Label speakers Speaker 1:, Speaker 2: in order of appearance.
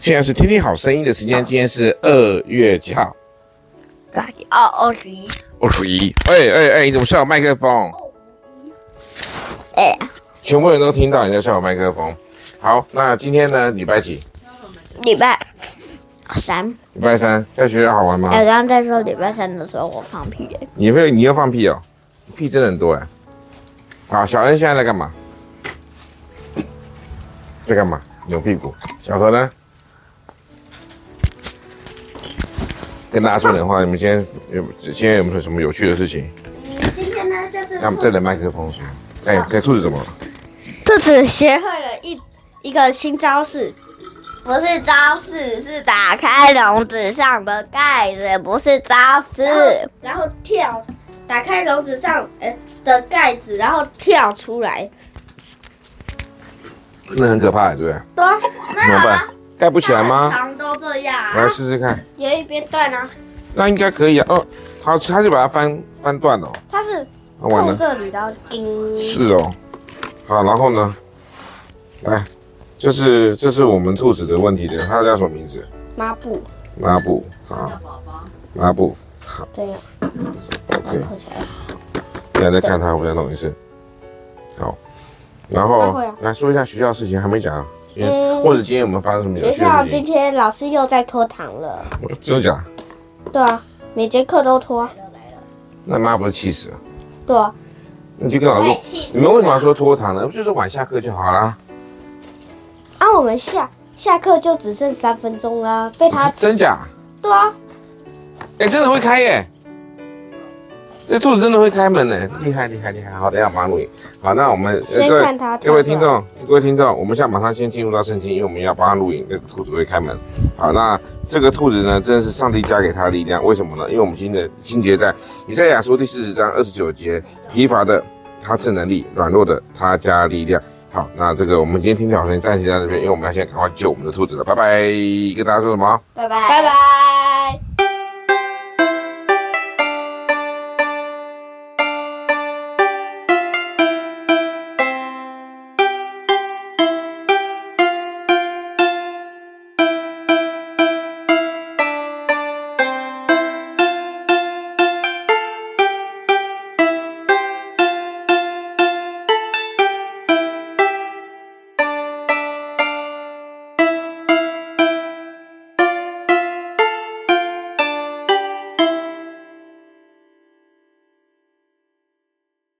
Speaker 1: 现在是《天天好声音》的时间，今天是二月几号？
Speaker 2: 二哦二十一，
Speaker 1: 二十一。哎哎哎，你怎么摔我麦克风？
Speaker 2: 哎，
Speaker 1: 全部人都听到你在摔我麦克风。好，那今天呢？礼拜几？
Speaker 2: 礼拜三。
Speaker 1: 礼拜三，在学校好玩吗？
Speaker 3: 呃
Speaker 2: 哎，刚刚在说礼拜三的时候，我放屁了。
Speaker 1: 你会你又放屁哦，屁真的很多哎。好，小恩现在在干嘛？在干嘛？扭屁股。小何呢？跟大家说点话，你们今天有今天有没有什么有趣的事情？
Speaker 3: 今天呢，就是
Speaker 1: 让我们对着麦克风说。哎、这兔子怎么了？
Speaker 2: 兔子学会了一一个新招式，不是招式，是打开笼子上的盖子，不是招式。
Speaker 3: 然后跳，打开笼子上呃的盖子，然后跳出来。
Speaker 1: 真的很可怕，对不对？
Speaker 3: 对啊，
Speaker 1: 怎
Speaker 3: 没有
Speaker 1: 么
Speaker 3: 啊
Speaker 1: 办？？盖不起来吗？
Speaker 3: 常都这样
Speaker 1: 我来
Speaker 3: 啊。
Speaker 1: 试试看。
Speaker 3: 有一边断啊，
Speaker 1: 那应该可以啊。哦，他他就把它翻翻断了哦，
Speaker 3: 它是
Speaker 1: 那完了。
Speaker 3: 哦这里，然后就叮。
Speaker 1: 是哦，好，然后呢？来，这是这是我们兔子的问题的，它叫什么名字？
Speaker 3: 抹布
Speaker 1: 抹布啊，抹布。
Speaker 3: 这样
Speaker 1: OK，
Speaker 3: 扣起来。
Speaker 1: 现在再看它，我再弄一次。好，然
Speaker 3: 它
Speaker 1: 后
Speaker 3: 会啊
Speaker 1: 来说一下学校的事情，还没讲啊。今天
Speaker 3: 嗯
Speaker 1: 或者今天有没有发生什么有
Speaker 3: 学
Speaker 1: 趣的
Speaker 3: 校
Speaker 1: 事情
Speaker 3: 今？天老师又在拖堂了。
Speaker 1: 我真的假的？
Speaker 3: 对啊，每节课都拖。
Speaker 1: 那妈不是气死了？
Speaker 3: 对啊，
Speaker 1: 你就跟老师
Speaker 3: 哎气
Speaker 1: 说，
Speaker 3: 死
Speaker 1: 你们为什么要说拖堂呢？不就是晚下课就好啦？
Speaker 3: 啊我们下下课就只剩三分钟啦，被他
Speaker 1: 真假？
Speaker 3: 对啊，
Speaker 1: 哎、真的会开耶、这兔子真的会开门呢、厉害厉害厉害！好，等一下马上录影。好，那我们呃
Speaker 3: 先
Speaker 1: 各位
Speaker 3: 看它
Speaker 1: 各位
Speaker 3: 跳
Speaker 1: 听
Speaker 3: 出
Speaker 1: 众，各位听众，我们现在马上先进入到圣经，因为我们要帮它录影。那个兔子会开门。好，那这个兔子呢，真的是上帝加给它的力量。为什么呢？因为我们今天的经节在以赛亚书第四十章二十九节，疲乏的他是能力，软弱的他加力量。好，那这个我们今天听的好像暂时在这边，因为我们要先赶快救我们的兔子了。拜拜，跟大家说什么？
Speaker 2: 拜拜拜拜。